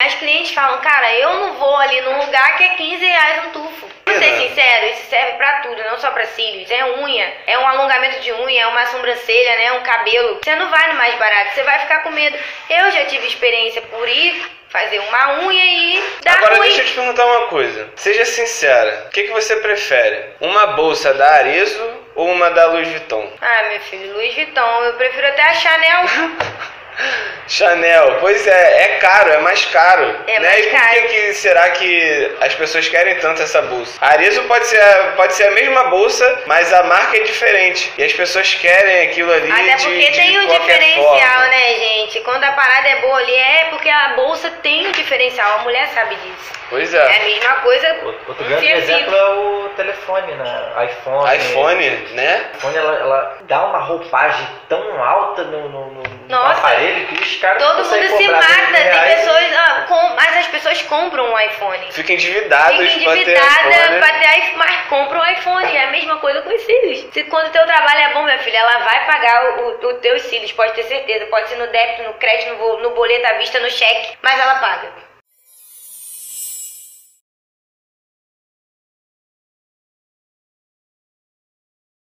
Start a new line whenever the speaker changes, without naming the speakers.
As clientes falam, cara, eu não vou ali num lugar que é 15 reais um tufo. Pra ser
Verdade.
sincero, isso serve pra tudo, não só pra cílios. É unha, é um alongamento de unha, é uma sobrancelha, né? Um cabelo. Você não vai no mais barato, você vai ficar com medo. Eu já tive experiência por ir fazer uma unha e dar
Agora
ruim.
deixa eu te perguntar uma coisa. Seja sincera, o que, que você prefere? Uma bolsa da Arezo ou uma da Louis Vuitton?
Ah, meu filho, Louis Vuitton, eu prefiro até né, um. a Chanel.
Chanel, pois é, é caro, é mais caro.
É
né?
mais
e por
caro.
Que, que será que as pessoas querem tanto essa bolsa? A Arezo pode ser, a- pode ser a mesma bolsa, mas a marca é diferente. E as pessoas querem aquilo ali.
Até
de-
porque
de
tem um
qualquer
diferencial,
forma.
né, gente? Quando a parada é boa ali, é porque a bolsa tem um diferencial. A mulher sabe disso.
Pois
É a mesma coisa.
Outro
um
grande
fio
exemplo
vivo.
é o telefone, né?
É.
iPhone.
iPhone, né?
iPhone, ela, ela dá uma roupagem tão alta no, no, no- no
Nossa.
aparelho que os caras
Todo
conseguem
mundo se
cobrar
mata.
10
Tem
reais.
pessoas. ah, com- mas as pessoas compram um iPhone.
Fica endividados
Fica
pra ter
endividada
iPhone. né?
pra ter iPhone, mas compra um iPhone. É a mesma coisa com os cílios. Se quando o teu trabalho é bom, minha filha, ela vai pagar o, o, os teus cílios, pode ter certeza. Pode ser no débito, no crédito, no, vo- no boleto à vista, no cheque, mas ela paga.